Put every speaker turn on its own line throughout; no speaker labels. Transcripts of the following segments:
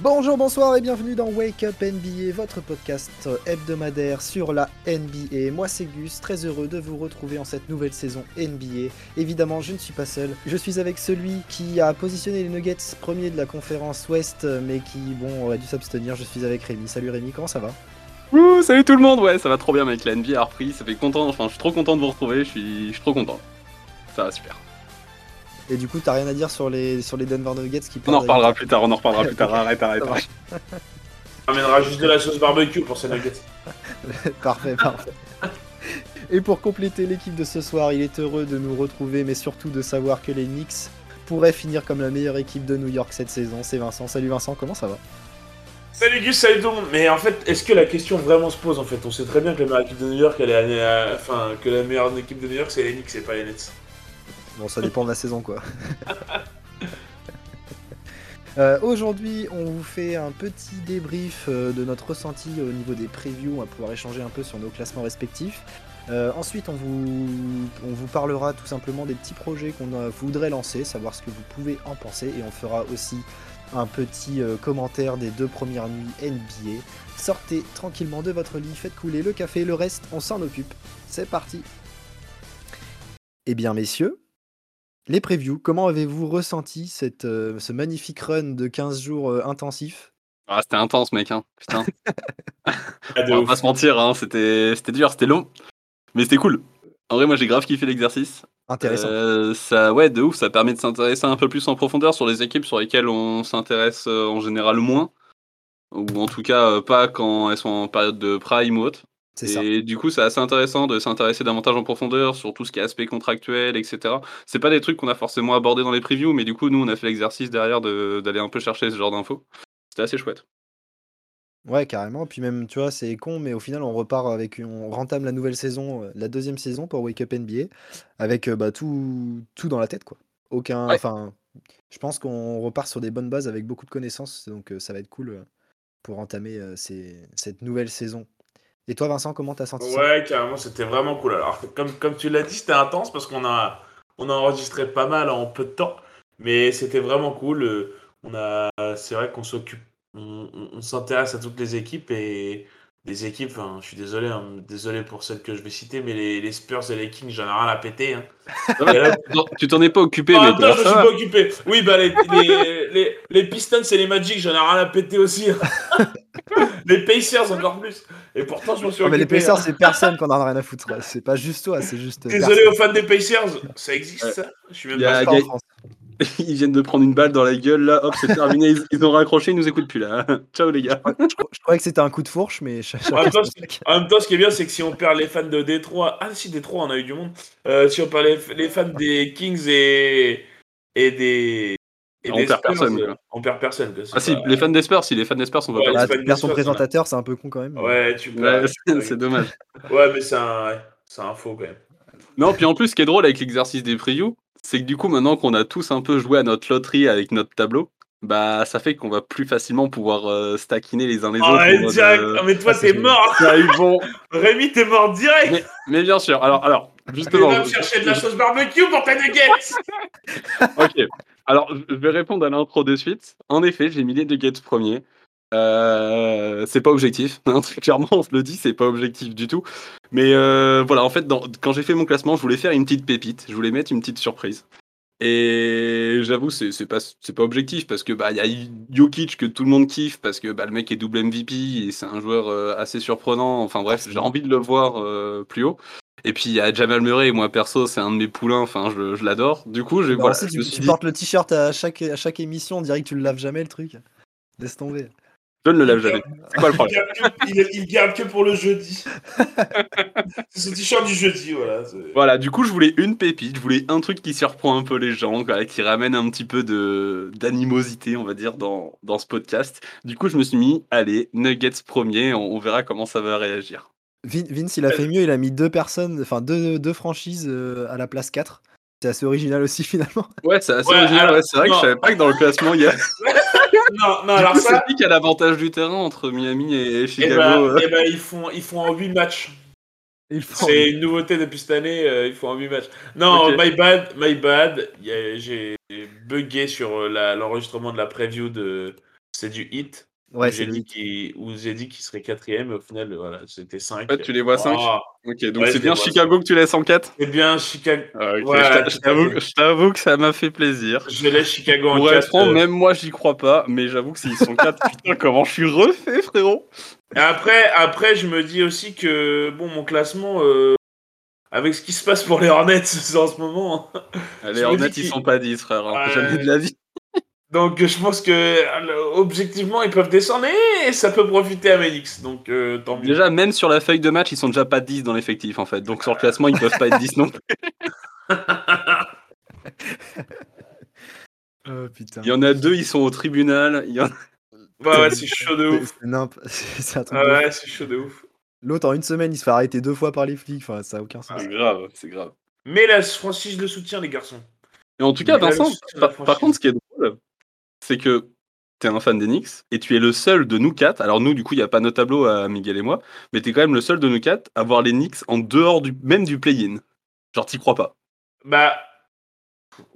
Bonjour, bonsoir et bienvenue dans Wake Up NBA, votre podcast hebdomadaire sur la NBA. Moi c'est Gus, très heureux de vous retrouver en cette nouvelle saison NBA. Évidemment, je ne suis pas seul. Je suis avec celui qui a positionné les Nuggets premier de la conférence Ouest, mais qui, bon, a dû s'abstenir. Je suis avec Rémi. Salut Rémi, comment ça va
Ouh, salut tout le monde, ouais, ça va trop bien mec, la NBA a repris, ça fait content, enfin je suis trop content de vous retrouver, je suis, je suis trop content. Ça va super.
Et du coup, t'as rien à dire sur les, sur les Denver Nuggets qui
On en reparlera plus tard, on en reparlera plus tard, arrête, arrête, arrête.
On amènera juste de la sauce barbecue pour ces nuggets.
parfait, parfait. Et pour compléter l'équipe de ce soir, il est heureux de nous retrouver, mais surtout de savoir que les Knicks pourraient finir comme la meilleure équipe de New York cette saison. C'est Vincent. Salut Vincent, comment ça va
Salut Gus, salut tout le monde. Mais en fait, est-ce que la question vraiment se pose en fait On sait très bien que la meilleure équipe de New York, elle est à- enfin que la meilleure équipe de New York, c'est les Knicks et pas les Nets.
Bon, ça dépend de la saison, quoi. Euh, Aujourd'hui, on vous fait un petit débrief euh, de notre ressenti au niveau des previews. On va pouvoir échanger un peu sur nos classements respectifs. Euh, ensuite, on vous, on vous parlera tout simplement des petits projets qu'on euh, voudrait lancer, savoir ce que vous pouvez en penser. Et on fera aussi un petit euh, commentaire des deux premières nuits NBA. Sortez tranquillement de votre lit, faites couler le café, le reste, on s'en occupe. C'est parti Eh bien, messieurs, les previews, comment avez-vous ressenti cette, euh, ce magnifique run de 15 jours euh, intensifs
Ah, c'était intense mec, hein. putain,
Ah, de
on va
ouf.
pas se mentir, hein. c'était c'était dur, c'était long, mais c'était cool. En vrai, moi j'ai grave kiffé l'exercice.
Intéressant.
Euh, ça, ouais, de ouf, ça permet de s'intéresser un peu plus en profondeur sur les équipes sur lesquelles on s'intéresse euh, en général moins, ou en tout cas euh, pas quand elles sont en période de prime ou autre.
c'est ça.
Et du coup, c'est assez intéressant de s'intéresser davantage en profondeur sur tout ce qui est aspect contractuel, etc. C'est pas des trucs qu'on a forcément abordés dans les previews, mais du coup, nous, on a fait l'exercice derrière de- d'aller un peu chercher ce genre d'infos. C'était assez chouette.
Ouais, carrément. Puis même, tu vois, c'est con, mais au final, on repart avec, une- on rentame la nouvelle saison, euh, la deuxième saison pour Wake Up NBA, avec euh, bah, tout, tout dans la tête, quoi. Aucun,
Ouais.
enfin, je pense qu'on repart sur des bonnes bases avec beaucoup de connaissances, donc euh, ça va être cool euh, pour entamer euh, ces- cette nouvelle saison. Et toi, Vincent, comment t'as senti ça
Ouais, carrément, c'était vraiment cool. Alors, comme, comme tu l'as dit, c'était intense parce qu'on a, on a enregistré pas mal en peu de temps, mais c'était vraiment cool. Euh, On a, c'est vrai qu'on s'occupe, on, on- on s'intéresse à toutes les équipes et les équipes. enfin, je suis désolé, hein, désolé pour celles que je vais citer, mais les, les Spurs et les Kings, j'en ai rien à péter. hein. Et là,
Non, tu t'en es pas occupé,
en
mais
même temps, Ah, je me
ça
suis
va.
pas occupé. Oui, bah les, les, les, les Pistons et les Magic, j'en ai rien à péter aussi. hein. les Pacers encore plus. Et pourtant, je m'en suis
Ah, mais
occupé.
les
hein.
Pacers, c'est personne qu'on en a rien à foutre. C'est pas juste toi, c'est juste. euh,
Désolé aux fans des Pacers, ça existe
Ouais.
ça Je suis même
Il y a-
pas
personne.
sûr.
Pas en
Gaë-
France.
Ils viennent de prendre une balle dans la gueule, là, hop, c'est terminé. Ils, ils ont raccroché, ils nous écoutent plus, là. Ciao, les gars.
Je, cro- je croyais que c'était un coup de fourche, mais ch- chacun
En même, temps,
son
ce-
truc.
en même temps, ce qui est bien, c'est que si on perd les fans de Détroit, ah si Détroit, on a eu du monde. Euh, si on perd les, les fans des Kings et et des, et
On
des
perd personne,
euh,
quoi.
on perd personne. Que ce
Ah si,
soit-
les fans des Spurs, si les fans des Spurs, on va
Ouais,
pas.
Bah,
c'est pas
tu
une
perds ton
bonne chose,
présentateur, c'est un peu con quand même. mais-
Ouais, tu perds.
Ouais, c'est- c'est dommage.
Ouais, mais c'est un, ouais, c'est un faux quand même.
Non, puis en plus, ce qui est drôle avec l'exercice des previews, c'est que du coup, maintenant qu'on a tous un peu joué à notre loterie avec notre tableau, bah ça fait qu'on va plus facilement pouvoir euh, stackiner les uns les
Ah,
autres. en
ouais,
mode,
direct.
euh,
Ah, mais toi,
ah, c'est-
t'es mort.
ça, ils vont-
Rémi, t'es mort direct.
mais, mais bien sûr, alors, alors
Tu
justement.
vas me
je-
chercher de la sauce barbecue pour ta nuggets.
Ok. Alors, je vais répondre à l'intro de suite. En effet, j'ai mis les nuggets premiers. Euh, c'est pas objectif, hein, très clairement on se le dit, c'est pas objectif du tout. Mais euh, voilà, en fait, dans- quand j'ai fait mon classement, je voulais faire une petite pépite, je voulais mettre une petite surprise. Et j'avoue, c'est c'est pas, c'est pas objectif parce que bah il y a Jokic que tout le monde kiffe parce que bah, le mec est double MVP et c'est un joueur euh, assez surprenant. Enfin bref, j'ai envie de le voir euh, plus haut. Et puis il y a Jamal Murray, moi perso, c'est un de mes poulains, enfin je, je l'adore. Du coup, je,
Bah,
voilà,
ensuite,
je me
tu,
suis
tu
dit-
portes le t-shirt à chaque, à chaque émission, on dirait que tu le laves jamais le truc. Laisse tomber.
Je ne le lave jamais. C'est quoi le
Il
problème
garde que- il, il garde que pour le jeudi. c'est son t-shirt du jeudi, voilà. c'est-
Voilà, du coup, je voulais une pépite, je voulais un truc qui surprend un peu les gens, quoi, qui ramène un petit peu de d'animosité, on va dire, dans, dans ce podcast. Du coup, je me suis mis, allez, Nuggets premier, on, on verra comment ça va réagir.
Vin- Vince, il a fait mieux, il a mis deux personnes, enfin deux, deux franchises euh, à la place 4. C'est assez original aussi finalement.
Ouais, c'est assez
Ouais,
original,
alors,
ouais, c'est vrai que je
non.
savais pas que dans le classement, il y a.
Non, non,
Du
alors
coup, c'est
ça,
qui qui a l'avantage du terrain entre Miami et
eh ben,
Chicago euh.
eh ben, ils, font, ils font en 8 matchs.
Il faut-
C'est une nouveauté depuis cette année, euh, ils font en 8 matchs. Non,
Ok.
my bad, my bad. Il y a- J'ai j'ai bugué sur euh, la- l'enregistrement de la preview de. C'est du hit.
Ouais,
où j'ai
c'est
dit
Loïc.
qu'il où j'ai dit qu'il serait quatrième. Au final, voilà, c'était 5.
Ouais, tu les vois 5 Ok, donc
eh Oh. Ouais,
c'est
je les
bien
vois Ah,
Chicago que tu laisses en 4
c'est Eh bien Chicago. Ouais,
je t'avoue- je t'avoue que ça m'a fait plaisir.
Je laisse Chicago en euh.
Pour être
4.
franc, même moi j'y crois pas, mais j'avoue que s'ils sont 4, putain, comment je suis refait, frérot
Après, après, je me dis aussi que bon, mon classement, euh, avec ce qui se passe pour les Hornets en ce moment,
Allez,
Je me
en
dis
net, ils
qu'ils-
sont pas 10, frère. hein.
Ouais.
Jamais de la vie.
donc je pense que euh, objectivement, ils peuvent descendre et ça peut profiter à Menix. Donc euh, tant mieux.
Déjà, même sur la feuille de match, ils sont déjà pas 10 dans l'effectif, en fait. Donc sur le classement, ils peuvent pas être 10 non plus.
Oh, putain.
Il y en a deux, ils sont au tribunal. Il y en a-
Ouais, ouais, c'est chaud de
C'est
ouf.
c'est nimp. C'est un truc
Ouais,
de
ouais, c'est chaud de ouf.
L'autre, en une semaine, il se fait arrêter deux fois par les flics. Enfin, ça a aucun sens.
Ah,
C'est grave, c'est grave.
Mais la franchise le soutient, les garçons.
Et en tout cas,
Mais là,
Vincent,
le soutien de la
par, par
franchise.
contre, ce qui est drôle, c'est que t'es un fan d'Enix et tu es le seul de nous quatre. Alors, nous, du coup, il n'y a pas nos tableaux à Miguel et moi, mais t'es quand même le seul de nous quatre à voir les Knicks en dehors du, même du play-in. Genre, t'y crois pas.
Bah,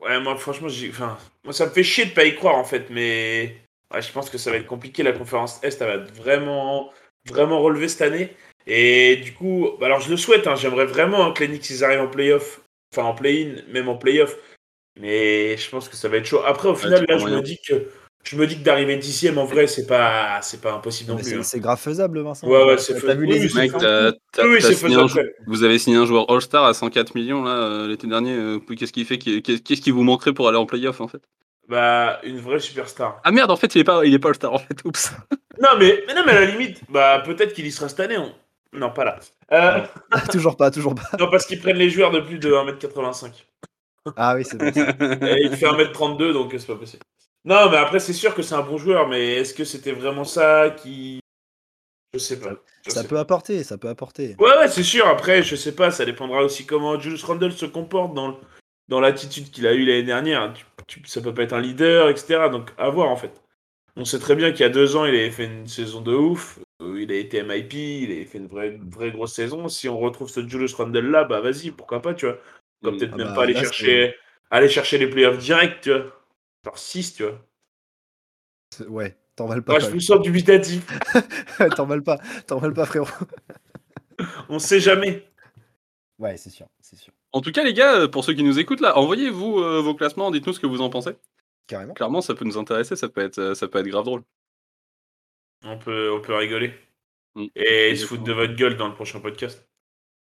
ouais, moi, franchement, j'y- enfin, moi, ça me fait chier de pas y croire, en fait, mais ouais, je pense que ça va être compliqué. La conférence Est, elle va être vraiment, vraiment relever cette année. Et du coup, bah, alors, je le souhaite, hein, j'aimerais vraiment hein, que les Knicks, ils arrivent en playoff, enfin, en play-in, même en playoff. Mais je pense que ça va être chaud. Après, au final,
tu
là,
prends
je
rien.
me dis que, je me dis que d'arriver dixième, en vrai, c'est pas, c'est pas impossible non
Mais
plus.
c'est-
hein.
C'est grave faisable, Vincent.
Ouais, ouais, c'est
T'as
faisable.
vu les
Oui, c'est
Mec,
effectifs
t'as- t'as-
Oui, oui,
t'as
c'est
signé un jou-
faisable.
vous avez signé un joueur All-Star à 104 millions là euh, l'été dernier. euh, puis Qu'est-ce qu'il fait Qu'est- Qu'est-ce qui vous manquerait pour aller en play-off en fait
Bah, une vraie superstar.
Ah merde, en fait, il est pas, il est pas All-Star en fait. Oups.
Non, mais, mais non, mais à la limite, bah, peut-être qu'il y sera cette année. on- Non, pas là. Euh,
Toujours pas, toujours pas.
Non, parce qu'ils prennent les joueurs de plus de 1m85.
Ah oui, c'est bon.
Et il fait 1m32, donc euh, c'est pas possible. Non, mais après, c'est sûr que c'est un bon joueur, mais est-ce que c'était vraiment ça qui. Je sais pas. Je
Ça
sais
peut apporter, ça peut apporter.
pas. Ouais, ouais, c'est sûr. Après, je sais pas, ça dépendra aussi comment Julius Randle se comporte dans, le- dans l'attitude qu'il a eue l'année dernière. Tu- tu- ça peut pas être un leader, etc. Donc, à voir en fait. On sait très bien qu'il y a deux ans, il avait fait une saison de ouf. Euh, Il a été MIP, il avait fait une vraie, une vraie grosse saison. Si on retrouve ce Julius Randle là, bah vas-y, pourquoi pas, tu vois. On va peut-être
Ah
même
bah,
pas aller
là,
chercher, aller chercher les playoffs direct, tu vois. Genre 6, tu vois.
C'est- Ouais, t'emballes pas.
Moi, je vous sens dubitatif.
Paul. T'emballes pas, t'emballes pas, frérot.
On sait jamais.
Ouais, c'est sûr, c'est sûr.
En tout cas, les gars, euh, pour ceux qui nous écoutent là, envoyez-vous euh, vos classements, dites-nous ce que vous en pensez.
Carrément.
Clairement, ça peut nous intéresser, ça peut être, euh, ça peut être grave drôle.
On peut, on peut rigoler.
Mm.
Et se foutre de votre gueule dans le prochain podcast.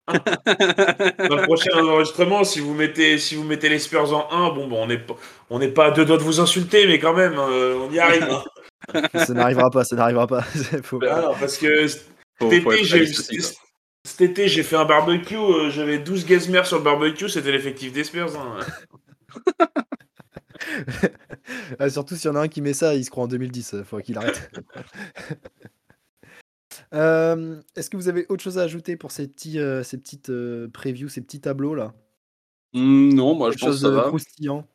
Ah. Dans le prochain enregistrement, si vous mettez, si vous mettez les Spurs en 1, bon, bon on n'est pas, on n'est pas à deux doigts de vous insulter, mais quand même, euh, on y arrive. hein.
ça n'arrivera pas, ça n'arrivera pas. C'est faux.
Ah non, parce que cet
Faut- faut
été,
être
j'ai,
réaliste aussi, quoi.
cet été, j'ai fait un barbecue. euh, j'avais 12 gazmères sur le barbecue. C'était l'effectif des Spurs. hein.
Ah, surtout s'il y en a un qui met ça, il se croit en 2010, euh, faut qu'il arrête. Euh, Est-ce que vous avez autre chose à ajouter pour ces petits, euh, ces petites euh, previews, ces petits tableaux là
Hmm, non, moi je
Quelque
pense que
chose
ça
de
va.
croustillant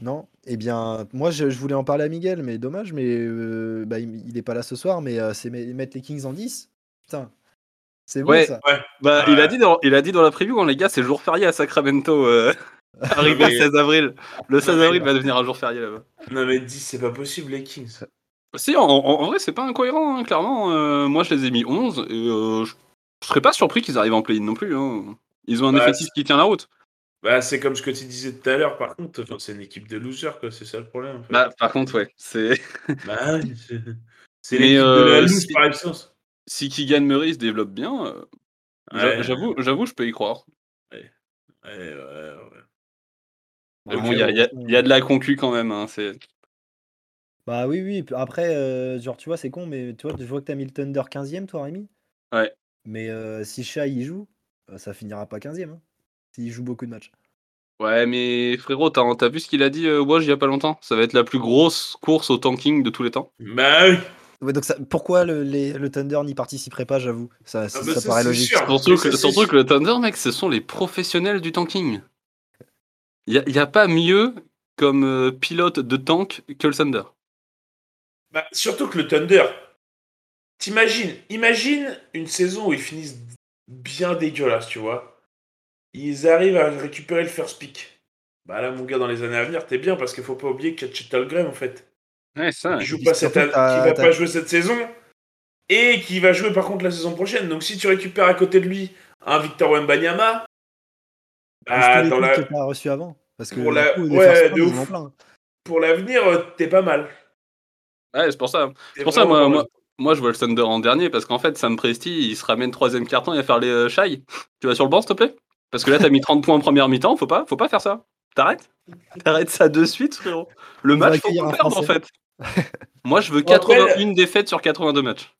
Non Eh bien, moi je, je voulais en parler à Miguel, mais dommage, mais euh, bah, il il est pas là ce soir, mais euh, c'est met- mettre les Kings en 10 Putain, c'est bon
Ouais.
ça
Bah,
Ouais.
il, a dit dans, il a dit dans la preview, hein, les gars, c'est jour férié à Sacramento. euh, arrivé
mais-
le 16 avril. Le 16
mais-
avril va devenir un jour férié là-bas.
Non mais 10, c'est pas possible les Kings.
Bah, Si, en, en- en vrai, c'est pas incohérent, hein, clairement. euh, moi, je les ai mis 11. Et, euh, je, je serais pas surpris qu'ils arrivent en play-in non plus. hein. Ils ont un
Ouais,
effectif qui tient la route.
Bah c'est comme ce que tu disais tout à l'heure par contre, enfin, c'est une équipe de losers quoi, c'est ça le problème. en fait.
Bah, par contre, ouais. C'est...
Bah, oui, c'est- c'est
Mais,
l'équipe de
euh,
la loose
si-
par absence.
Si Keegan Murray se développe bien, euh, j'a-
Ouais,
j'avoue, j'avoue, je peux y croire.
ouais, ouais, ouais.
Mais
Bah,
bon, il y, a- il y a- il y a de la concu quand même. hein, c'est...
Bah oui, oui. puis Après, euh, genre, tu vois, c'est con, mais tu vois, je vois que t'as mis le Thunder 15ème, toi, Rémi.
Ouais.
Mais euh, si Shai y joue, euh, ça finira pas 15ème. Hein, S'il joue beaucoup de matchs.
Ouais, mais frérot, t'as, t'as vu ce qu'il a dit, euh, Woj, il y a pas longtemps Ça va être la plus grosse course au tanking de tous les temps.
Bah oui,
Ouais, donc ça- pourquoi le, les- le Thunder n'y participerait pas, j'avoue Ça, ça,
Ah bah
ça
ça,
paraît
c'est
logique.
sûr.
Surtout
Mais
que,
c'est-
surtout que le Thunder, mec, ce sont les professionnels du tanking. Il n'y a, pas mieux comme euh, pilote de tank que le Thunder.
bah, surtout que le Thunder. T'imagines, imagine une saison où ils finissent bien dégueulasse, tu vois. Ils arrivent à récupérer le first pick. Bah là mon gars dans les années à venir, t'es bien parce qu'il faut pas oublier qu'il y a Chet Holmgren, en fait.
Ouais, ça.
qui joue
Puis
pas
surtout,
cette année- qui
t'as-
va
t'as-
pas jouer cette saison et qui va jouer par contre la saison prochaine. Donc si tu récupères à côté de lui un Victor Wembanyama, bah,
tous les
dans
coups
la-
que t'as reçu avant. Parce que
Pour
du
la-
coup, les
ouais,
first round,
de
ils
ouf.
en ont plein.
pour l'avenir, euh, t'es pas mal.
Ouais, c'est pour ça. hein.
T'es
pour ça,
vraiment
moi,
pas mal.
moi, moi, je vois le Thunder en dernier parce qu'en fait, Sam Presti, il se ramène troisième carton et va faire les euh, shy. Tu vas sur le banc, s'il te plaît Parce que là, t'as mis 30 points en première mi-temps, faut pas, faut pas faire ça. T'arrêtes T'arrêtes ça de suite, frérot. Le
On va
match, faut
accueillir
qu'on
un
perde, en
Français.
fait. Moi, je veux
Rappel-
81 défaites sur 82 matchs.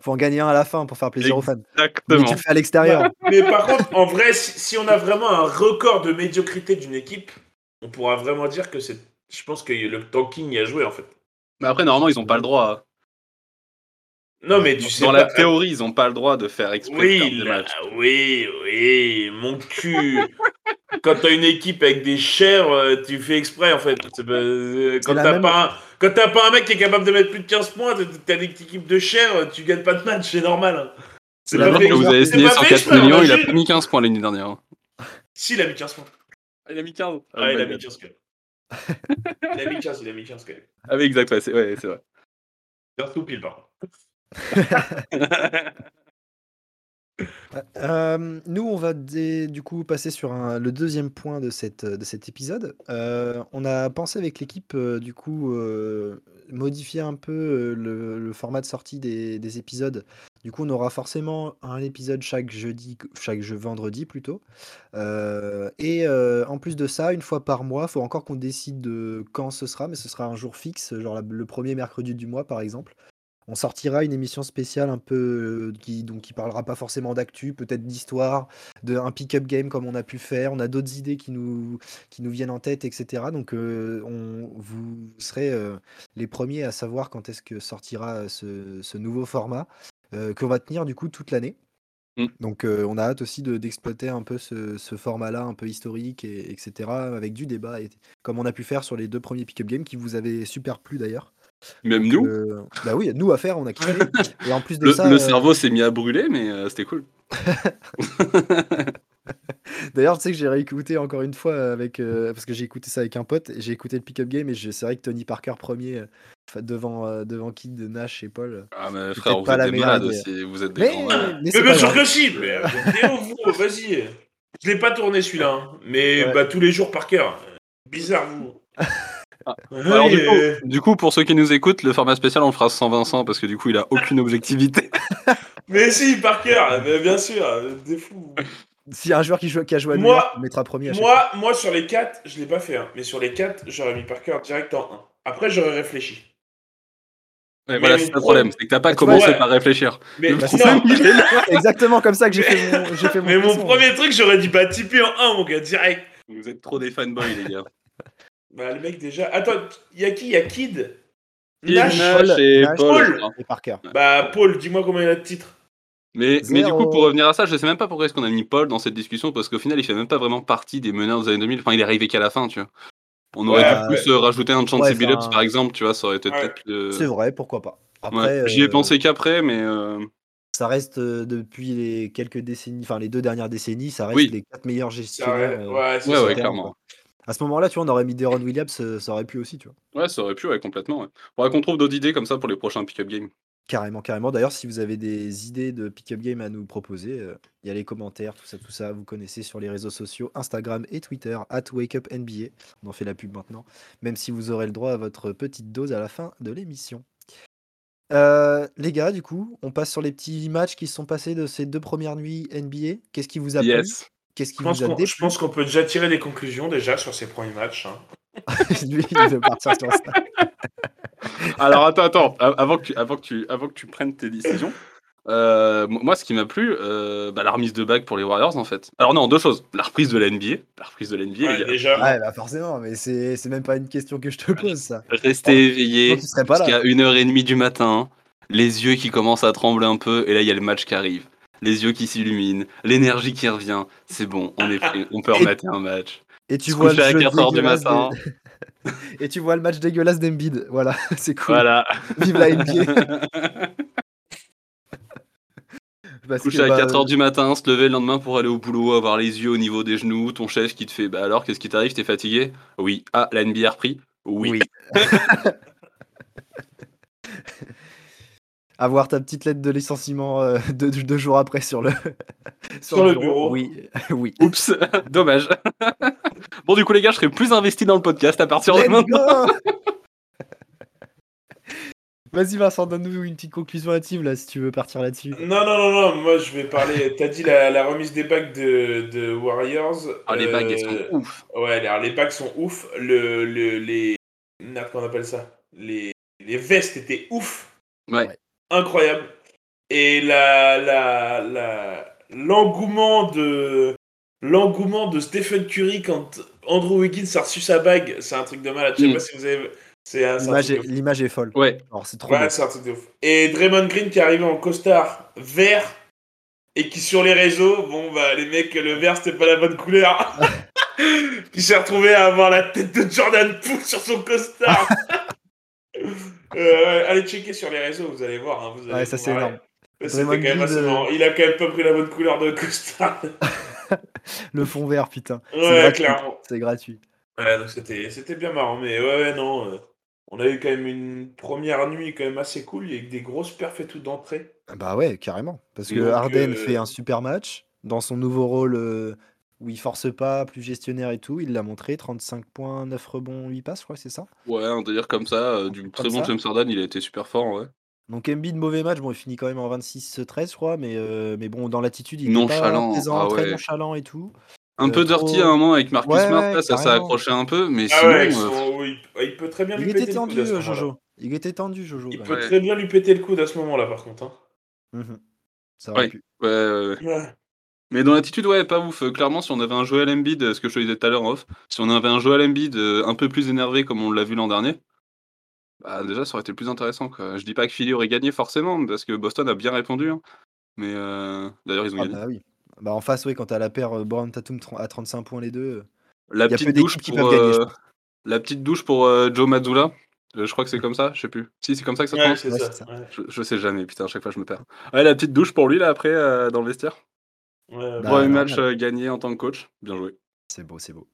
Faut en gagner un à la fin pour faire plaisir aux fans. Mais
Exactement.
tu le fais à l'extérieur.
Mais par contre, en vrai, si, si on a vraiment un record de médiocrité d'une équipe, on pourra vraiment dire que c'est. Je pense que le tanking y a joué en fait.
Mais après, normalement, ils ont pas le droit. hein.
Non, mais tu sais
Dans
pas. euh,
la théorie, ils ont pas le droit de faire exprès de
Oui,
perdre des
là,
matchs.
oui, oui, mon cul. quand t'as une équipe avec des chairs, euh, tu fais exprès en fait. C'est pas- euh, Quand
la
t'as
même-
pas, un... quand t'as pas un mec qui est capable de mettre plus de 15 points, t'as- t'as des équipes de chairs, euh, tu gagnes pas de match, c'est normal. hein. C'est
Le
pas
même
mec
fait.
que vous avez
C'est
signé
pas fait
104
exprès, on a
millions, il a
juste-
pas mis 15 points l'année dernière. hein.
Si, il a mis 15 points.
Il a mis 15.
Ah, il a mis 15 quand même. Il a mis 15, il a mis 15 quand même.
Ah oui, exact, ouais, c'est ouais, c'est vrai.
Sur tout pile par contre.
Euh, nous, on va dé- du coup passer sur un- le deuxième point de, cette, de cet épisode. Euh, on a pensé avec l'équipe, euh, du coup, euh, modifier un peu euh, le, le format de sortie des, des épisodes. Du coup, on aura forcément un épisode chaque jeudi, chaque jeu vendredi plutôt. Euh, et euh, en plus de ça, une fois par mois, il faut encore qu'on décide de quand ce sera, mais ce sera un jour fixe, genre la- le premier mercredi du mois, par exemple. On sortira une émission spéciale un peu euh, qui donc qui parlera pas forcément d'actu, peut-être d'histoire, d'un pick-up game comme on a pu faire. On a d'autres idées qui nous qui nous viennent en tête, etc. Donc euh, on vous serez euh, les premiers à savoir quand est-ce que sortira ce, ce nouveau format euh, qu'on va tenir du coup toute l'année.
Mm.
Donc euh, on a hâte aussi de- d'exploiter un peu ce, ce format-là, un peu historique, et, etc. Avec du débat, et, comme on a pu faire sur les deux premiers pick-up games qui vous avaient super plu d'ailleurs.
Même nous,
Euh, bah oui, nous à faire, on a kiffé. Et en plus de
le,
ça,
le
euh,
cerveau s'est mis à brûler, mais euh, c'était cool.
d'ailleurs, tu sais que j'ai réécouté encore une fois avec euh, parce que j'ai écouté ça avec un pote. et J'ai écouté le pick-up game et je- c'est vrai que Tony Parker premier euh, fa- devant euh, devant Kid, Nash et Paul. euh.
Ah, mais
C'était
frère, vous
pas la
êtes des
meilleure
malades
idée.
aussi. Vous êtes des
Mais,
grands.
mais,
Mais
c'est
bien
pas
sûr
grave.
que si, mais euh, vidéo, vous, vas-y. Je l'ai pas tourné celui-là, hein. mais
Ouais.
bah, tous les jours par cœur. Bizarre, vous. Oui,
Ah. Alors, du,
euh,
coup, du coup, pour ceux qui nous écoutent, le format spécial, on le fera sans Vincent parce que du coup, il a aucune objectivité.
Mais si, par cœur, mais bien sûr, euh, des fous.
S'il y a un joueur qui, joue, qui a joué à New
Moi-
York, il mettra premier. à chaque fois.
Moi, moi, sur les 4, je l'ai pas fait, hein. mais sur les 4, j'aurais mis par cœur direct en 1. Après, j'aurais réfléchi.
Ouais, voilà,
Mais-
c'est le problème, c'est que t'as pas
Ouais.
commencé
Ouais.
par réfléchir.
Mais,
Le
Bah,
non,
c'est ça.
problème, il est là.
C'est exactement comme ça que j'ai fait mon, j'ai fait mon
mais mon
classement.
premier truc, j'aurais dit bah Tipeee en 1, mon gars, direct.
Vous êtes trop des fanboys, les gars.
Bah, le mec, déjà. Attends, y a qui Y a Kid
Kid,
Nash
Nash et
Nash,
Paul, je
Paul.
crois.
Et Parker.
Bah, Paul, dis-moi combien il a de titres.
Mais, mais du
Zéro.
coup, pour revenir à ça, je sais même pas pourquoi est-ce qu'on a mis Paul dans cette discussion, parce qu'au final, il fait même pas vraiment partie des meneurs des années 2000. Enfin, il est arrivé qu'à la fin, tu vois. On aurait
Ouais,
pu plus euh, rajouter un Chance
Ouais,
Billups,
enfin,
par exemple, tu vois, ça aurait été
ouais.
peut-être. euh,
C'est vrai, pourquoi pas.
ouais.
Après,
J'y ai
euh,
pensé qu'après, mais. euh,
Ça reste euh, depuis les quelques décennies, enfin les deux dernières décennies, ça reste
Oui.
les quatre meilleurs
Ça aurait-
gestionnaires. euh,
Ouais, c'est
Ouais,
ça.
ouais,
terme,
clairement.
À ce moment-là, tu vois, on aurait mis Deron Williams, euh, ça aurait pu aussi, tu vois.
Ouais, ça aurait pu, ouais, complètement. Ouais. Faudra qu'on trouve d'autres idées comme ça pour les prochains pick-up games.
Carrément, carrément. D'ailleurs, si vous avez des idées de pick-up game à nous proposer, euh, il y a les commentaires, tout ça, tout ça. Vous connaissez sur les réseaux sociaux, Instagram et Twitter, at WakeUpNBA. On en fait la pub maintenant, même si vous aurez le droit à votre petite dose à la fin de l'émission. Euh, les gars, du coup, on passe sur les petits matchs qui se sont passés de ces deux premières nuits NBA. Qu'est-ce qui vous a plu
Yes.
Qu'est-ce qui
Je
vous
pense
a
qu'on-
déplu
je pense qu'on peut déjà tirer des conclusions déjà sur ces premiers matchs. hein.
Lui, il veut partir sur ça.
Alors attends, attends, A- avant que tu, avant que tu, avant que tu prennes tes décisions, euh, mo- moi ce qui m'a plu, euh, bah, la remise de bague pour les Warriors en fait. Alors non, deux choses, la reprise de la NBA, la reprise de la NBA,
Ouais,
les gars.
déjà,
Ouais, bah forcément, mais c'est c'est même pas une question que je te pose, ça.
rester
Sinon,
éveillé
tu serais pas là.
jusqu'à 1h30 du matin, les yeux qui commencent à trembler un peu, et là il y a le match qui arrive. Les yeux qui s'illuminent, l'énergie qui revient, c'est bon, on est prêt, on peut
Et-
remater un match.
Et tu
Se
vois le
coucher à
jeu
4h du
dégueulasse
matin,
des- Et tu vois le match dégueulasse d'Embiid. Voilà, c'est cool.
voilà.
Vive la NBA. Parce que,
Coucher à
bah,
4h du matin, se lever le lendemain pour aller au boulot, avoir les yeux au niveau des genoux, ton chef qui te fait Bah alors, qu'est-ce qui t'arrive T'es fatigué Oui, ah, la NBA a repris. Oui.
Avoir ta petite lettre de licenciement euh, deux, deux jours après sur le,
Sur le bureau.
Oui, oui.
Oups, dommage. bon, du coup, les gars, je serai plus investi dans le podcast à partir de
Let's
maintenant.
go Vas-y Vincent, donne-nous une petite conclusion hâtive là si tu veux partir là-dessus.
Non, non, non, non, moi je vais parler. T'as dit la, la remise des packs de, de Warriors.
Ah, les bagues,
Euh,
elles sont ouf.
Ouais, les, alors, les packs sont ouf. Le, le- les. merde, Comment on appelle ça les, les vestes étaient ouf.
Ouais.
Incroyable. Et la. la, la- L'engouement de. L'engouement de Stephen Curry quand Andrew Wiggins a reçu sa bague, c'est un truc de malade. Je sais
Mm.
pas si vous avez. C'est un, c'est un
L'image
truc
est,
de-
l'image est folle.
Ouais.
Alors c'est trop
Ouais,
bien.
c'est un truc de ouf. Et Draymond Green qui est arrivé en costard vert et qui sur les réseaux, bon bah les mecs, le vert c'était pas la bonne couleur. qui s'est retrouvé à avoir la tête de Jordan Poole sur son costard. Euh, allez checker sur les réseaux, vous allez voir. hein, vous allez
Ouais, ça,
vous
c'est
marrer.
énorme.
Mais c'était quand
Draymond
même
Green,
assez
euh,
marrant. Il a quand même pas pris la bonne couleur de costard.
Le fond vert, putain. c'est
ouais,
gratuit.
clairement.
C'est gratuit.
Ouais, donc c'était c'était bien marrant, mais ouais, ouais, non. euh, on a eu quand même une première nuit quand même assez cool, avec des grosses perfs et tout d'entrée.
Bah ouais, carrément. Parce que
Donc,
Harden
euh,
fait un super match dans son nouveau rôle euh, où il force pas, plus gestionnaire et tout. Il l'a montré, 35 points, 9 rebonds, 8 passes, je crois, c'est ça.
Ouais, un délire comme ça, euh, du
Comme
très bon
ça.
James Harden, il a été super fort, ouais.
Donc Embiid, mauvais match. Bon, il finit quand même en 26-13, je crois. Mais, euh, mais bon, dans l'attitude, il est
Nonchalant,
pas présent,
ah
très
ouais.
nonchalant et tout.
Un
Euh,
peu
trop-
dirty à un moment avec Marcus
Ouais,
Smart,
ouais,
là, ça s'est
carrément.
accroché un peu, mais
Ah
sinon,
ouais, ils
euh,
sont- oui, il peut très bien
Il
lui
était
péter le
tendu,
coude à ce
euh,
moment-là.
Jojo. Il était tendu, Jojo.
Il
quand
peut
même.
Ouais.
très bien lui péter le coude à ce moment-là, par contre. hein.
Mhm. Ça aurait
Ouais.
pu.
ouais, ouais, ouais. Mais dans l'attitude, ouais, pas ouf. Euh, Clairement, si on avait un Joel Embiid, euh, ce que je te disais tout à l'heure en off, si on avait un Joel Embiid euh, un peu plus énervé comme on l'a vu l'an dernier, bah déjà, ça aurait été plus intéressant. Quoi. Je dis pas que Philly aurait gagné forcément, parce que Boston a bien répondu. hein. Mais euh, d'ailleurs, ils ont
Ah
gagné.
bah oui. Bah en face, oui, quand t'as la paire euh, Brown Tatum tr- à 35 points les deux. euh, y
La
a peu
petite
d'équipes
douche
qui
pour,
peuvent gagner, je
euh, la petite douche pour euh, Joe Mazzulla. Euh, je crois que c'est comme ça, je sais plus. Si, c'est comme ça que ça se
Ouais,
prononce
c'est
Ouais,
ça.
c'est ça.
ouais.
je, je sais jamais, putain, à chaque fois je me perds. Ouais, la petite douche pour lui, là, après, euh, dans le vestiaire.
Ouais,
Bah,
ouais.
Premier
normal.
match euh, gagné en tant que coach, bien joué.
C'est beau, c'est beau.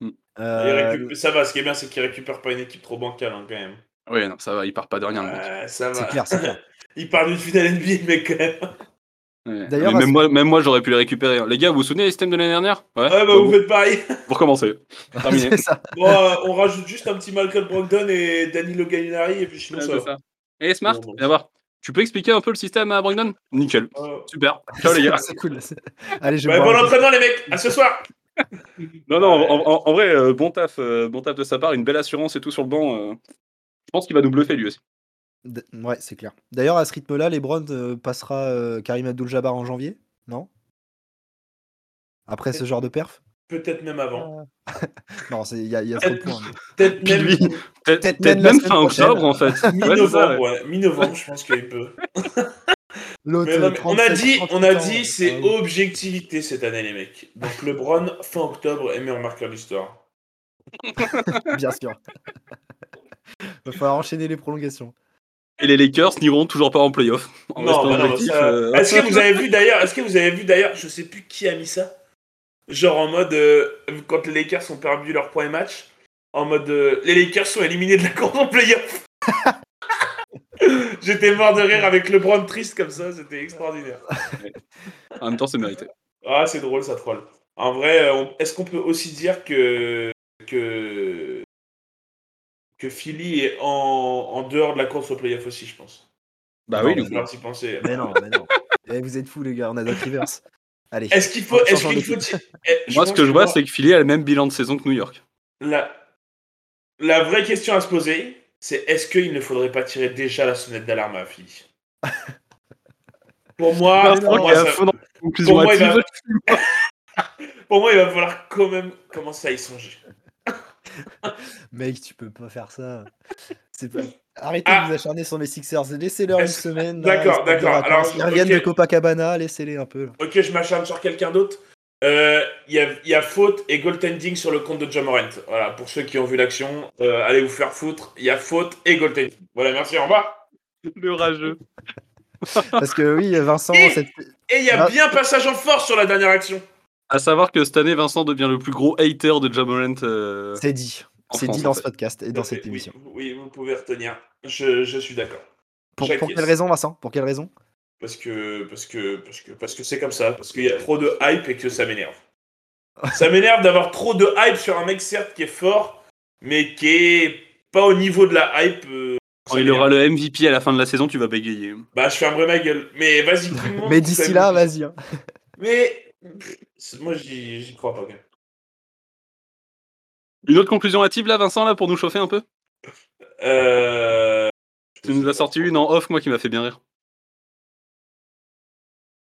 Mm.
Il
Euh,
récupère- Ça va, ce qui est bien, c'est qu'il récupère pas une équipe trop bancale, hein, quand même.
Oui, non, ça va, il part pas de rien. le mec.
Ouais, ça
c'est
va.
clair, c'est clair.
Il part d'une finale NBA, mais quand même.
Hein
Ouais,
Ouais.
D'ailleurs,
Mais
à
même,
ce-
moi, même moi, j'aurais pu les récupérer. hein. Les gars, vous vous souvenez des systèmes de l'année dernière Ouais, bah,
bah, vous
vous-
faites pareil.
vous recommencez. Terminé.
C'est ça.
Bon, euh, on rajoute juste un petit Malcolm Brogdon et Danilo Gallinari, et puis sinon,
Ouais,
ça
c'est ça.
va.
Et Smart,
Bon, bon.
viens voir. Tu peux expliquer un peu le système à Brogdon Nickel.
Ouais.
Super. Ciao les gars.
C'est cool. c'est- Allez, je vais
Bah, bon
boire un coup.
entraînement, les mecs. À ce soir.
Non, non, en, en- en vrai, euh, bon, taf, euh, bon taf de sa part, une belle assurance et tout sur le banc. euh. Je pense qu'il va nous bluffer lui aussi.
D- Ouais, c'est clair. D'ailleurs, à ce rythme-là, LeBron euh, passera euh, Karim Abdul-Jabbar en janvier, non Après ce genre de perf
Peut-être même avant.
Euh, Non, c'est- il y a, il y a trop de points. mais-
Peut-être
Puis
même
lui, Peut-
Peut-être
Peut-être
même
même,
la semaine
fin octobre en fait. Ouais, c'est ça,
mi-novembre.
ouais.
ouais. Mi-novembre, je pense qu'il peut.
L'autre,
Mais non,
euh,
mais on a
37,
dit,
38
on a
ans, euh,
dit, c'est
ah oui.
objectivité cette année les mecs. Donc LeBron fin octobre est meilleur marqueur de l'histoire.
Bien sûr. Va falloir enchaîner les prolongations.
Et les Lakers n'iront toujours pas en playoff. En
Non,
restant
bah non,
objectif,
ça-
euh,
Est-ce que vous avez vu d'ailleurs, est-ce que vous avez vu d'ailleurs, je sais plus qui a mis ça, genre en mode euh, quand les Lakers ont perdu leur premier match, en mode euh, les Lakers sont éliminés de la course en playoff. J'étais mort de rire avec LeBron triste comme ça, c'était extraordinaire.
En même temps, c'est mérité.
Ah, c'est drôle, ça troll. En vrai, euh, on- est-ce qu'on peut aussi dire que, que, que Philly est en, en dehors de la course au playoff aussi, je pense.
Bah
Non,
oui,
mais
du
Il
coup.
va falloir s'y penser.
Mais non, mais non. Eh, vous êtes fous, les gars, on a Doc Rivers. Allez.
Est-ce qu'il faut.
En
Est-ce
changeant
qu'il faut. eh,
Moi, ce
pense
que je vois,
moi,
c'est que Philly a le même bilan de saison que New York.
La, la vraie question à se poser, c'est est-ce qu'il ne faudrait pas tirer déjà la sonnette d'alarme à Philly Pour moi,
Mais
Vincent
pour
non,
qui
moi,
est à
ça-
fond dans la conclusion
pour moi, il
hâtive.
va- pour moi, il va falloir quand même commencer à y songer.
Mec, tu peux pas faire ça. C'est pas... Arrêtez
Ah.
de vous acharner sur les Sixers. Laissez-leur une
Est-ce-
semaine. là,
D'accord,
ils partent de
d'accord.
vacances.
Alors,
Ils reviennent
ok.
de Copacabana. Laissez-les un peu. là.
Ok, je m'acharne sur quelqu'un d'autre. Euh, Il y, a, il y a faute et goaltending sur le compte de Jamorant. Voilà, pour ceux qui ont vu l'action, euh, allez vous faire foutre. Il y a faute et goaltending. Voilà, merci, au revoir.
Le rageux.
Parce que oui, Vincent,
Et-
cette-
Et il y a
Ah.
bien passage en force sur la dernière action.
À savoir que cette année, Vincent devient le plus gros hater de Jamorant.
c'est dit.
En
C'est
France,
dit
en
dans
fait.
ce podcast et dans cette
Oui,
émission.
Oui, vous pouvez retenir. Je, je suis d'accord.
Pour,
j'acquiesce.
pour quelle raison, Vincent Pour quelle raison
Parce que parce que parce que parce que c'est comme ça. Parce qu'il y a trop de hype et que ça m'énerve. ça m'énerve d'avoir trop de hype sur un mec certes qui est fort, mais qui est pas au niveau de la hype. euh, ça
Quand Oh, il
m'énerve.
aura le MVP à la fin de la saison, tu vas bégayer.
Bah je fermerai ma gueule. Mais vas-y. tout le monde,
Mais
tout
d'ici
ça,
là,
mais-
vas-y. hein.
Mais pff, c'est- moi j'y j'y crois pas. gars.
Une autre conclusion hâtive là, Vincent, là, pour nous chauffer un peu
Euh...
Tu nous as sorti une en off, moi, qui m'a fait bien rire.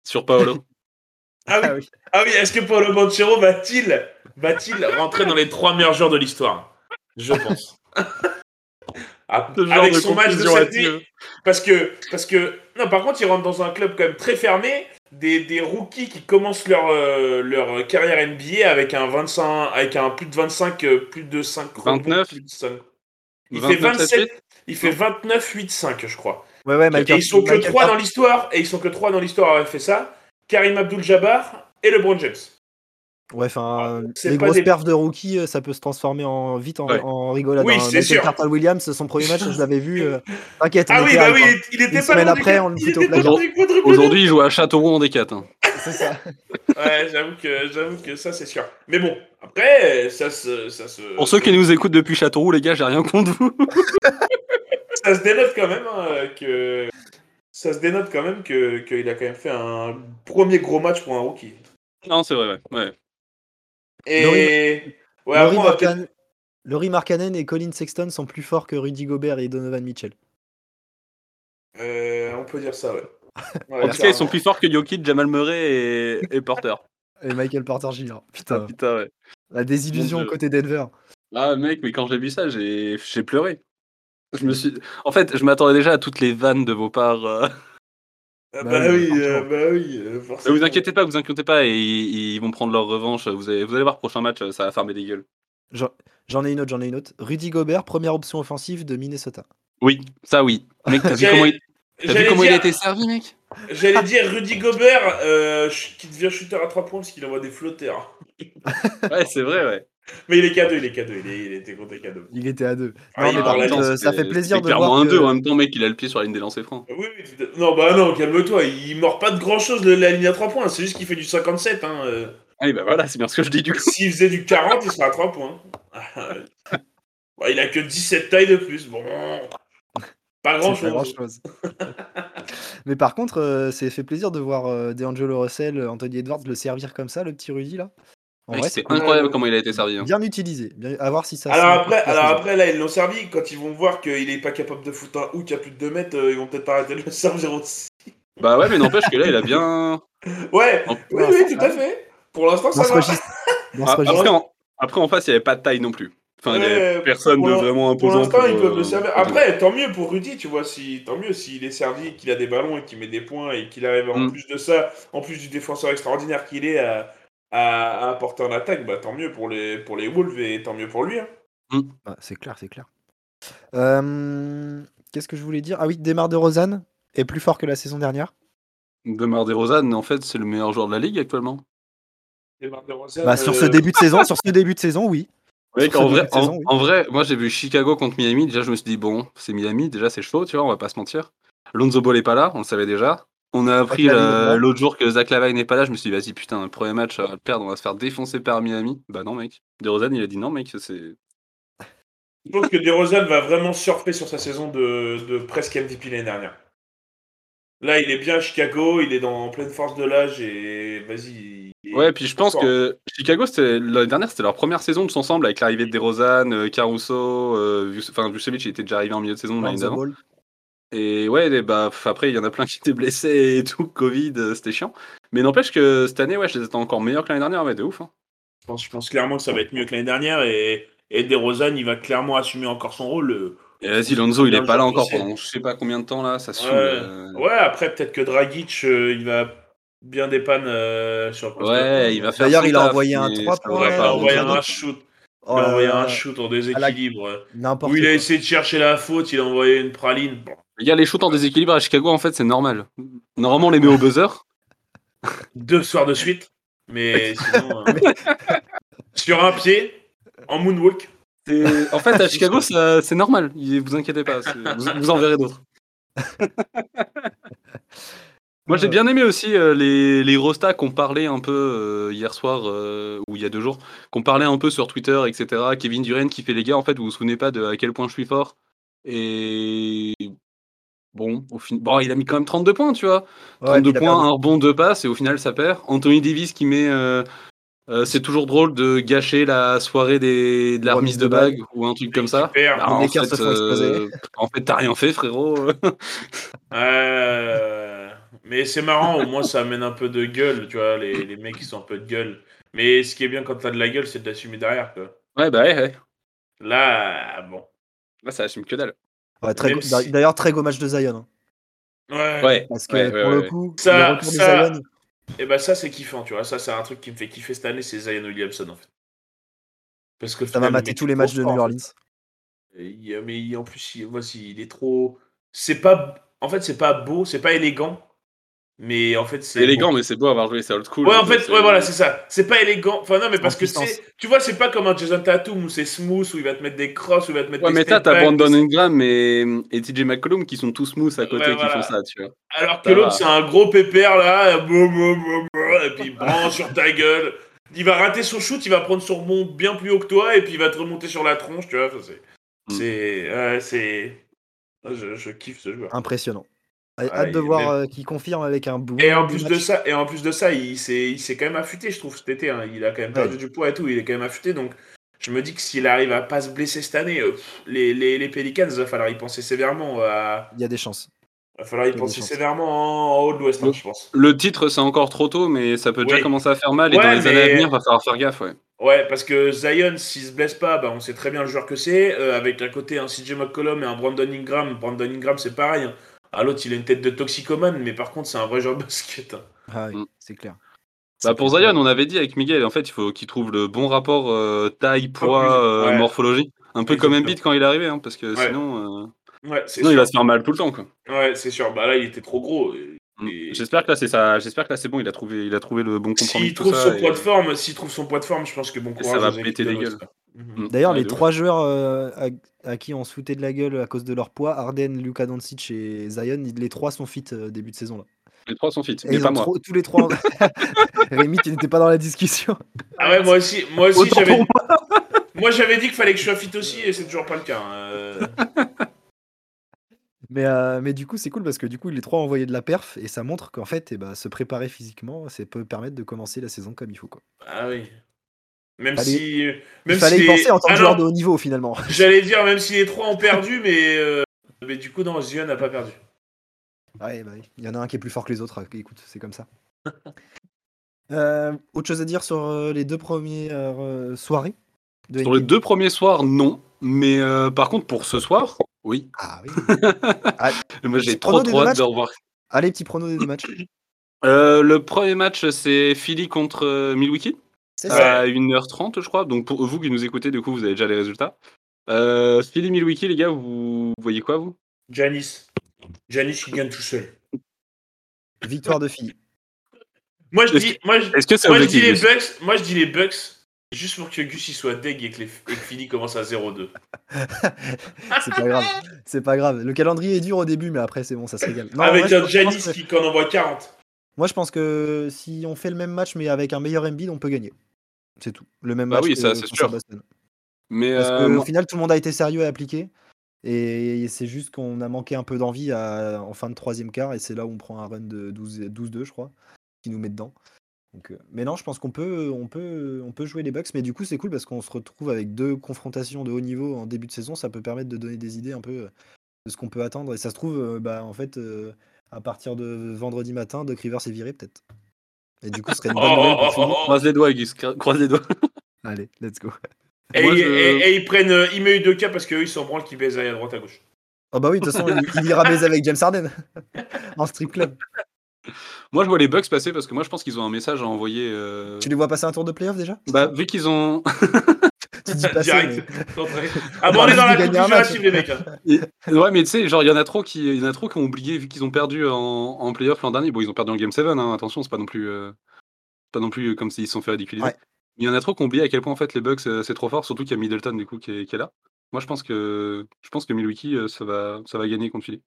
Sur Paolo.
Ah oui.
Ah oui.
Ah oui, est-ce que Paolo Banchero va-t-il va-t-il rentrer dans les trois meilleurs joueurs de l'histoire Je pense. Ah,
Ce genre
Avec son match de
conclusion
samedi,
hâtive.
parce que parce que non, par contre, il rentre dans un club quand même très fermé, des, des rookies qui commencent leur euh, leur carrière NBA avec un 25 avec un plus de 25 euh, plus de 5
29.
plus de 5. Il fait
29 7
27, il fait 29 8 5 je crois.
Ouais, ouais,
Et
Michael.
ils sont que
Michael
trois dans
Carter.
l'histoire, et ils sont que trois dans l'histoire à avoir fait ça. Karim Abdul-Jabbar et LeBron James.
Ouais, enfin,
Ah, C'est
les
pas
grosses
des-
perfs de rookie, euh, ça peut se transformer en vite en,
Ouais.
en rigolade.
Oui,
hein.
c'est
Michael
sûr.
Carter Williams, son premier match, je l'avais vu. euh, T'inquiète, on
Ah oui,
était
bah
hype,
oui,
hein.
il était
Une
pas
semaine
loin du
après,
quad-
on le
il
fout au
était pas
placard.
loin du quadruple
Aujourd'hui, il joue à Châteauroux en D4. hein.
C'est ça.
double. Ouais, j'avoue que, j'avoue que ça, c'est sûr. Mais bon, après, euh, ça se, ça se,
Pour ceux qui nous écoutent depuis Châteauroux, les gars, j'ai rien contre vous.
ça se dénote quand même hein, que. Ça se dénote quand même que qu'il a quand même fait un premier gros match pour un rookie.
Non, c'est vrai, ouais. ouais.
Et ouais,
Laurie
après, on va peut-être-
Markkanen- Laurie Markkanen et Colin Sexton sont plus forts que Rudy Gobert et Donovan Mitchell.
euh, on peut dire ça, ouais. Ouais,
En tout cas, ils sont
clairement.
plus forts que Jokic, Jamal Murray et, et Porter.
Et Michael Porter Jr.
Ah,
Putain,
Putain, ouais.
la désillusion
Mon Dieu.
côté Denver.
Ah mec, mais quand j'ai vu ça, j'ai j'ai pleuré. Je me suis. En fait, je m'attendais déjà à toutes les vannes de vos parts. euh.
Ah
Bah
Bah,
oui,
oui, euh, bah oui, euh,
Ne
forcément.
vous inquiétez pas, vous inquiétez pas, et ils, ils vont prendre leur revanche. Vous allez, vous allez voir, prochain match, ça va farmer des gueules.
J'en ai une autre, j'en ai une autre. Rudy Gobert, première option offensive de Minnesota.
Oui, ça oui. Mec, t'as vu
J'allais-
comment, il, t'as vu
J'allais
comment il a
dire-
été servi, mec
J'allais dire Rudy Gobert euh, ch- qui devient shooter à 3 points parce qu'il envoie des flotteurs.
Ouais, c'est vrai, ouais.
Mais il est cadeau, il est cadeau, il, est, il était contre cadeau.
Il était à deux.
Ah,
Non,
il
mais
est
par
en
contre,
latence,
euh, ça fait
C'était-
plaisir
c'était
de
clairement
voir.
un
que-
2 en même temps, mec, il a le pied sur la ligne des lancers francs.
Oui, oui, tout à- non, bah non, calme-toi, il mord pas de grand chose de la ligne à 3 points, c'est juste qu'il fait du 57. Hein. euh.
Ah, et bah voilà, c'est bien ce que je dis du coup.
S'il faisait du 40, il serait à 3 points. Ah, ouais. Ouais, il a que 17 tailles de plus, bon. Pas
C'est pas
grand-chose.
grand-chose. mais par contre, euh, c'est fait plaisir de voir euh, D'Angelo Russell, euh, Anthony Edwards le servir comme ça, le petit Rudy là. En
Mec,
vrai,
c'est
cool.
incroyable comment il a été servi. hein.
bien utilisé. Bien... À voir si ça.
Alors
se-
après,
ça se-
alors après, là, ils l'ont servi. Quand ils vont voir qu'il est pas capable de foutre un hook à plus de 2 mètres, euh, ils vont peut-être arrêter de le servir aussi.
Bah ouais, mais n'empêche que là, il a bien.
Ouais,
En-
oui, oui, tout à fait. Pour l'instant,
Dans
ça
ce
va.
registre. Dans ce
Ah,
registre.
après, en... après, en face, il n'y avait pas de taille non plus. Enfin, il y avait
Ouais,
personne
pour
de
l'in-
vraiment
Pour
imposant.
l'instant, ils peuvent
euh,
le servir. Après, tant mieux pour Rudy, tu vois, si, tant mieux s'il est servi, qu'il a des ballons et qu'il met des points et qu'il arrive en
Mm.
plus de ça, en plus du défenseur extraordinaire qu'il est à, à, à apporter en attaque, bah tant mieux pour les, pour les Wolves et tant mieux pour lui. hein.
Ah, c'est clair, c'est clair. Euh, Qu'est-ce que je voulais dire Ah oui, Démarre de Rosanne est plus fort que la saison dernière.
De Mardi Rosanne, en fait, c'est le meilleur joueur de la ligue actuellement.
Bah, sur
Euh,
ce début de saison, sur ce début de saison, oui.
Mec,
Sur
en,
ce
vrai,
début de
en,
saison, oui.
en vrai, moi j'ai vu Chicago contre Miami. Déjà, je me suis dit, bon, c'est Miami, déjà c'est chaud, tu vois, on va pas se mentir. Lonzo Ball est pas là, on le savait déjà. On a appris
Lavine
euh,
est là.
l'autre jour que Zach Lavine n'est pas là. Je me suis dit, vas-y, putain, le premier match, on va le perdre, on va se faire défoncer par Miami. Bah non, mec. De Rosanne, il a dit, non, mec, c'est.
Je pense que DeRozan va vraiment surfer sur sa saison de, de presque MVP l'année dernière. Là, il est bien à Chicago, il est dans, en pleine force de l'âge et vas-y. il est-
Ouais, puis je pense
fort.
que Chicago, c'était l'année dernière, c'était leur première saison tous ensemble avec l'arrivée de DeRozan, euh, Caruso, euh, Vuce- enfin Vucevic, il était déjà arrivé en milieu de saison l'année
Lonzo
d'avant.
Ball.
Et ouais, les- bah, pff, après, il y en a plein qui étaient blessés et tout, Covid, euh, c'était chiant. Mais n'empêche que cette année, ouais, je les étais encore meilleurs que l'année dernière, ouais, de ouf. hein.
Je pense, je pense clairement que ça va être mieux que l'année dernière et, et DeRozan, il va clairement assumer encore son rôle. euh.
Et vas-y, Lonzo, il
Bien
est pas
joué,
là encore
c'est-
pendant je sais pas combien de temps, là, ça euh. se
Ouais. Ouais, après, peut-être que Dragic, euh, il va bien dépanne euh, sur le poste.
Ouais, il va faire
D'ailleurs,
son
il a
taf,
envoyé un
mais
3
ça va
points,
Ouais,
pas
il a envoyé
rentrer
un
dans-
shoot.
Oh
il a
là
envoyé
là,
un shoot en déséquilibre.
N'importe
Où il a
quoi.
essayé de chercher la faute, il a envoyé une praline. Bon,
Les gars, les shoots en déséquilibre à Chicago, en fait, c'est normal. Normalement, on les met au buzzer.
deux soirs de suite. Mais sinon. euh, sur un pied, en moonwalk.
C'est- En fait, à Chicago, ça- c'est normal. Il- Vous inquiétez pas. c'est- Vous, vous en verrez d'autres. Moi, j'ai bien aimé aussi euh, les, les Rostas qu'on parlait un peu euh, hier soir euh, ou il y a deux jours, qu'on parlait un peu sur Twitter, etc. Kevin Duren qui fait les gars, en fait, vous vous souvenez pas de à quel point je suis fort. Et bon, au fin... bon, il a mis quand même 32 points, tu vois.
Ouais, puis
32
il a
points,
hein.
perdu.
un rebond, deux passes, et au final, ça perd. Anthony Davis qui met. euh, euh, c'est toujours drôle de gâcher la soirée des, de la remise de bague ou un truc comme ça.
Super.
Bah,
Les
en,
écarts
fait,
se font exploser.
euh, en fait, t'as rien fait, frérot.
Euh, Mais c'est marrant, au moins ça amène un peu de gueule, tu vois, les, les mecs qui sont un peu de gueule. Mais ce qui est bien quand t'as de la gueule, c'est de l'assumer derrière, quoi.
ouais, bah ouais, ouais.
Là, bon.
Là, ça assume que dalle.
Ouais, très
même
go- d'a-
si-
D'ailleurs, très go match de Zion. hein.
Ouais.
Ouais.
parce que
Ouais, ouais,
pour
ouais,
le
ouais.
coup,
Ça-
le retour de
ça-
Zion,
Et bah ça, c'est kiffant, tu vois. Ça, c'est un truc qui me fait kiffer cette année, c'est Zion Williamson, en fait. Parce que
ça m'a maté tous les matchs de New Orleans.
Il- mais il- en plus, il, voici, il est trop. C'est pas. En fait, c'est pas beau, c'est pas élégant. Mais en fait, c'est.
C'est élégant, mais c'est beau avoir joué, c'est old school.
Ouais, en fait, ouais, voilà, c'est ça. C'est pas élégant. Enfin, non, mais parce que
puissance.
c'est. Tu vois, c'est pas comme un Jason Tatum où c'est smooth, où il va te mettre des crosses, où il va te mettre
Ouais,
des.
mais t'as
step
t'as
back,
Brandon
des-
Ingram et, et TJ McCollum qui sont tous smooth à côté
Ouais,
qui font
voilà.
ça, tu vois.
Alors que
Ça
l'autre,
va.
c'est un gros pépère là, euh, bou, bou, bou, bou, et puis il prend sur ta gueule. Il va rater son shoot, il va prendre son rebond bien plus haut que toi, et puis il va te remonter sur la tronche, tu vois. Enfin, c'est.
Mm.
C'est. ouais, c'est. Je, je kiffe ce joueur.
Impressionnant.
Ah,
Hâte
il
de
est
voir
même-
euh, qu'il confirme avec un bout.
Et en plus de ça, et en plus de ça, il s'est, il s'est quand même affûté, je trouve, cet été. hein. Il a quand même perdu
Ouais.
du poids et tout. Il est quand même affûté, donc je me dis que s'il arrive à pas se blesser cette année, euh, pff, les, les, les Pelicans, il va falloir y penser sévèrement. euh, À...
Il y a des chances.
Il va falloir y
Des
penser
chances.
sévèrement en, en haut de l'Ouest, hein,
Le-
je pense.
Le titre, c'est encore trop tôt, mais ça peut déjà
Oui.
commencer à faire mal. et
Ouais,
dans les années à
mais-
venir, va falloir faire gaffe, ouais.
Ouais, parce que Zion, s'il se blesse pas, bah, on sait très bien le joueur que c'est. euh, avec un côté un CJ McCollum et un Brandon Ingram. Brandon Ingram, c'est pareil. hein. À l'autre, il a une tête de toxicomane, mais par contre, c'est un vrai joueur de basket. hein.
Ah oui,
Mm.
c'est clair.
Bah
C'est
pour
clair.
Zion, on avait dit avec Miguel, en fait, il faut qu'il trouve le bon rapport euh, taille, poids, euh,
Ouais.
morphologie. Un peu comme
Exactement.
Embiid quand il est arrivé, hein, parce que
Ouais.
sinon, euh,
Ouais, c'est
sinon il
sûr.
va se faire mal tout le temps. Quoi. Mm.
Ouais, c'est sûr. Bah là, il était trop gros. euh, Et-
J'espère que là, c'est ça. J'espère que là, c'est bon. Il a trouvé, il a trouvé le bon compromis.
S'il
tout
trouve
ça,
son
et-
poids de forme, s'il trouve son poids de forme, je pense que bon
ça
courage.
va
aux équipes
péter
de
des
l'Ouest,
gueules.
quoi. Mhm.
Mm.
D'ailleurs,
Ouais,
les
de
trois joueurs euh, à, à qui on se foutait de la gueule à cause de leur poids, Arden, Luka Doncic et Zion, ils- les trois sont fit euh, début de saison là.
ouf. Les trois sont fit,
Et
mais
ils
pas
ont
moi.
trop- tous les trois. Rémi, tu n'étais pas dans la discussion.
Ah ouais, moi aussi, moi aussi
Autant
j'avais.
pour
Moi, j'avais dit qu'il fallait que je sois fit aussi et c'est toujours pas le cas. hein. Euh,
Mais, euh, mais du coup, c'est cool parce que du coup, les trois ont envoyé de la perf et ça montre qu'en fait, eh ben, se préparer physiquement, ça peut permettre de commencer la saison comme il faut. Quoi.
Ah oui. Même
Fallait-
si. euh, Même
Il fallait
si
y
les-
penser en tant que
Ah
joueur de
non,
haut niveau finalement.
J'allais dire même si les trois ont perdu, mais euh, mais du coup non, Zion n'a pas perdu.
Ouais, bah oui. il y en a un qui est plus fort que les autres. euh, Écoute, c'est comme ça. Euh, autre chose à dire sur euh, les deux premières euh, soirées de
Sur les
NBA?
deux premiers soirs, non. Mais euh, par contre, pour ce soir, oui.
Ah oui.
Moi,
Petit
j'ai
prono
trop
des
trop
deux
hâte
matchs
de revoir.
Allez, petit prono des deux matchs.
Euh, le premier match, c'est Philly contre euh, Milwaukee.
C'est ça.
à 1h30, je crois. Donc pour vous qui nous écoutez, du coup, vous avez déjà les résultats. Euh, Philly Milwaukee, les gars, vous voyez quoi, vous
Janice. Janice il gagne tout seul.
Victoire de Philly.
Moi je
Est-ce
dis, moi je,
Est-ce que c'est
moi, je dis
objectif
les
Gus
Bucks. Moi je dis les Bucks. Juste pour que Gus il soit deg et que, les, et que Philly commence à 0-2.
C'est pas grave. C'est pas grave. Le calendrier est dur au début, mais après, c'est bon, ça se régale. Non, en
Avec
vrai, je
un
pense- je pense
Janice
que-
qui en envoie 40.
Moi, je pense que si on fait le même match, mais avec un meilleur Embiid, on peut gagner. C'est tout. Le même
Bah
match.
oui,
que
ça, c'est
contre
sûr.
Boston.
Mais
Parce
euh,
qu'au
moi-
final, tout le monde a été sérieux et appliqué. Et c'est juste qu'on a manqué un peu d'envie à- en fin de troisième quart. Et c'est là où on prend un run de 12 12-2, je crois, qui nous met dedans. Donc, euh, mais non, je pense qu'on peut, on peut, on peut jouer les Bucks. Mais du coup, c'est cool parce qu'on se retrouve avec deux confrontations de haut niveau en début de saison. Ça peut permettre de donner des idées un peu euh, de ce qu'on peut attendre. Et ça se trouve, euh, bah, en fait, euh, à partir de vendredi matin, Doc Rivers est viré peut-être. Et du coup, ce serait une bonne
Oh,
nouvelle
oh,
pour
oh,
Philly.
oh.
croise les doigts, Gus, cro- croise les doigts.
Allez, let's go.
Et,
Moi,
ils-
je-
et- et ils prennent euh, Ime Udoka parce qu'eux ils s'en branlent qu'ils baisent à droite à gauche.
Ah bah oui, de toute façon, il, il ira baiser avec James Harden en strip club.
Moi, je vois les Bucks passer parce que moi, je pense qu'ils ont un message à envoyer. euh,
Tu les vois passer un tour de playoff déjà
Bah, vu qu'ils ont,
Tu dis passer,
Direct.
mais-
D'entrée. Ah bon, on est dans la
Gagner
conclusion
un match.
hâtive, les mecs. hein.
ouais, mais tu sais, genre, il y en a trop qui, il y en a trop qui ont oublié vu qu'ils ont perdu en, en playoff l'an dernier. Bon, ils ont perdu en Game 7, hein, attention, c'est pas non plus, euh, pas non plus comme s'ils se sont fait ridiculiser.
Ouais.
Il y en a trop qui ont oublié à quel point en fait les Bucks euh, c'est trop fort, surtout qu'il y a Middleton du coup qui est, qui est là. Moi je pense que je pense que Milwaukee euh, ça va ça va gagner contre Philly.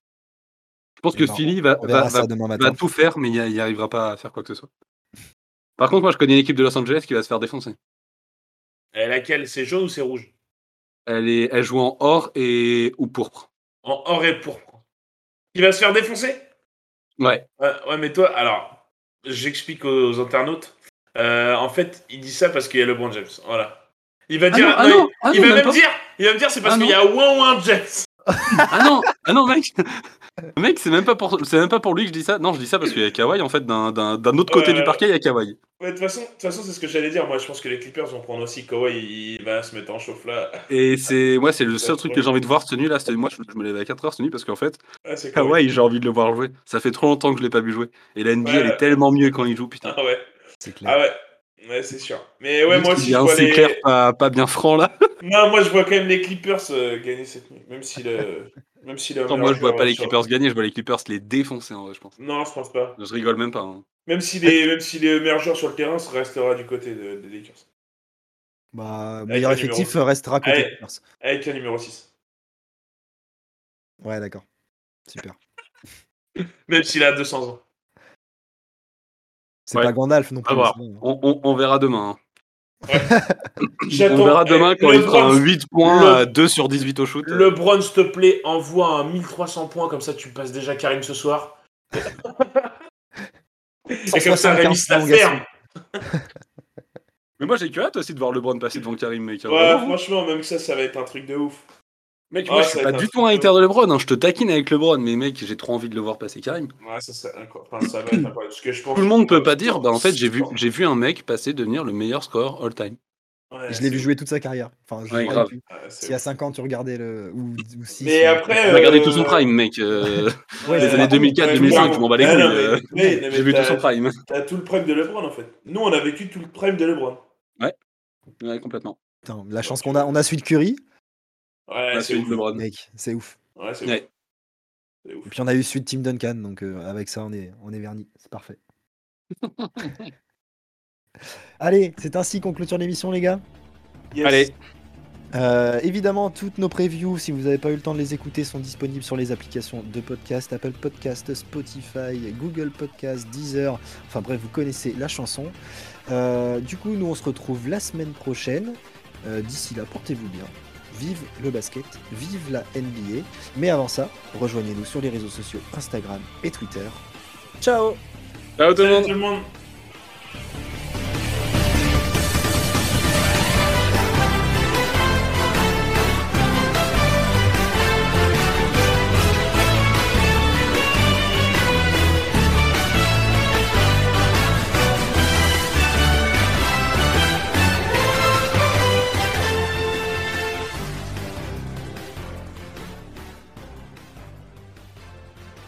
Je pense
Eh
que
ben,
Philly va,
On
va,
verra
va,
ça demain
va
matin.
tout faire, mais il y- il y arrivera pas à faire quoi que ce soit. Par contre, moi je connais l'équipe de Los Angeles qui va se faire défoncer.
Et Eh, laquelle C'est jaune ou c'est rouge
Elle, est, elle joue en or et ou pourpre.
En or et pourpre. Il va se faire défoncer
Ouais.
Ouais, ouais, mais toi, alors, j'explique aux internautes. Euh, en fait, il dit ça parce qu'il y a LeBron James. Voilà. Il va dire.
non, ah
non,
non,
il-
ah
il
non,
va
même pas.
même dire. Il va me dire c'est parce
Ah
qu'il y a Wan Wan James.
Ah non, ah non mec, mec c'est même pas pour c'est même pas pour lui que je dis ça. Non, je dis ça parce qu'il y a Kawhi en fait d'un d'un- d'un autre côté
Ouais.
du parquet il y a Kawhi.
Ouais, de toute façon, de toute façon, c'est ce que j'allais dire. Moi, je pense que les Clippers vont prendre aussi Kawhi. Il va se mettre en chauffe là.
Et c'est moi c'est le seul
Ouais,
truc
ouais.
que j'ai envie de voir cette nuit là. C'est- Moi je, je me lève à 4 heures cette nuit parce qu'en fait
Ah, c'est Kawhi.
Kawhi j'ai envie de le voir jouer. Ça fait trop longtemps que je l'ai pas vu jouer. Et la NBA
Ouais.
elle est tellement mieux quand il joue putain.
Ah ouais.
C'est clair.
Ah ouais. Ouais, c'est sûr. Mais ouais,
Juste
moi
qu'il
aussi,
y
je
a un
vois
c'est
les.
clair pas, pas bien franc là.
Non, moi, je vois quand même les Clippers euh, gagner cette nuit. Même si le. Même si le
Attends, moi je vois pas les
sur-
Clippers gagner, je vois les Clippers les défoncer en vrai je pense.
Non, je pense pas.
Je rigole même pas. hein.
Même si les, même si les meilleurs joueurs sur le terrain ça restera du côté de- des Lakers.
Bah, meilleur
le numéro
effectif
six.
euh, restera côté
Allez.
Clippers.
Avec le numéro 6.
Ouais, d'accord. Super.
Même s'il a 200 ans.
C'est
Ouais.
pas Gandalf non
À
plus.
voir.
mais c'est bon.
On, on- on verra demain. hein.
J'attends-
On verra demain
Eh,
quand il fera
LeBron,
un euh. 8 points
le-
à 2 sur 18 au shoot.
LeBron, s'il te plaît, envoie un 1300 points, comme ça tu passes déjà Karim ce soir. Et comme
175
ça, Rémi se la
prolongations.
ferme.
Mais moi j'ai que hâte aussi de voir LeBron passer devant Karim, mec. hein.
Ouais,
Vraiment.
franchement, même ça, ça va être un truc de ouf.
mec,
Ah,
moi je
ça
suis
va
pas
être un
du
truc
tout un
de
hater de LeBron, hein. je te taquine avec LeBron, mais mec, j'ai trop envie de le voir passer Karim.
Ouais, ça, ça, enfin, ça va être incroyable. Parce que je pense
Tout le monde
que-
peut pas dire, bah en fait j'ai vu, j'ai vu un mec passer devenir le meilleur scoreur all-time.
Ouais,
Je l'ai vu
c'est-
jouer toute sa carrière. Enfin, je
Ouais,
crois
grave.
que tu-
ouais, c'est-
si à 5 ans tu regardais le. Ou, ou six,
Mais
ou-
après,
J'ai
Euh,
regardé tout son prime, mec. euh,
Ouais,
les
c'est
années
pas-
2004,
ouais,
2005,
mais-
je m'en bats les
Ouais, non,
couilles. euh,
mais- ouais, non, mais
J'ai vu tout
t'as-
son prime.
T'as tout le prime de LeBron en fait. Nous, on a vécu tout le prime de LeBron.
Ouais, complètement.
Putain, la chance qu'on a, on a celui de Curry,
Ouais,
Ouais,
c'est
celui
ouf.
de LeBron.
mec, c'est ouf.
Ouais, c'est
Ouais.
ouf. C'est ouf.
Et puis on a eu celui de Tim Duncan, donc euh, avec ça on est, on est verni, c'est parfait. Allez, c'est ainsi qu'on clôture l'émission les gars.
Yes.
Allez,
Euh, évidemment, toutes nos previews, si vous n'avez pas eu le temps de les écouter, sont disponibles sur les applications de podcast, Apple Podcast, Spotify, Google Podcast, Deezer. Enfin bref, vous connaissez la chanson. Euh, du coup, nous on se retrouve la semaine prochaine. Euh, D'ici là, portez-vous bien. Vive le basket, vive la NBA. Mais avant ça, rejoignez-nous sur les réseaux sociaux Instagram et Twitter. Ciao
ciao Ah, tout le monde.
Salut tout le monde.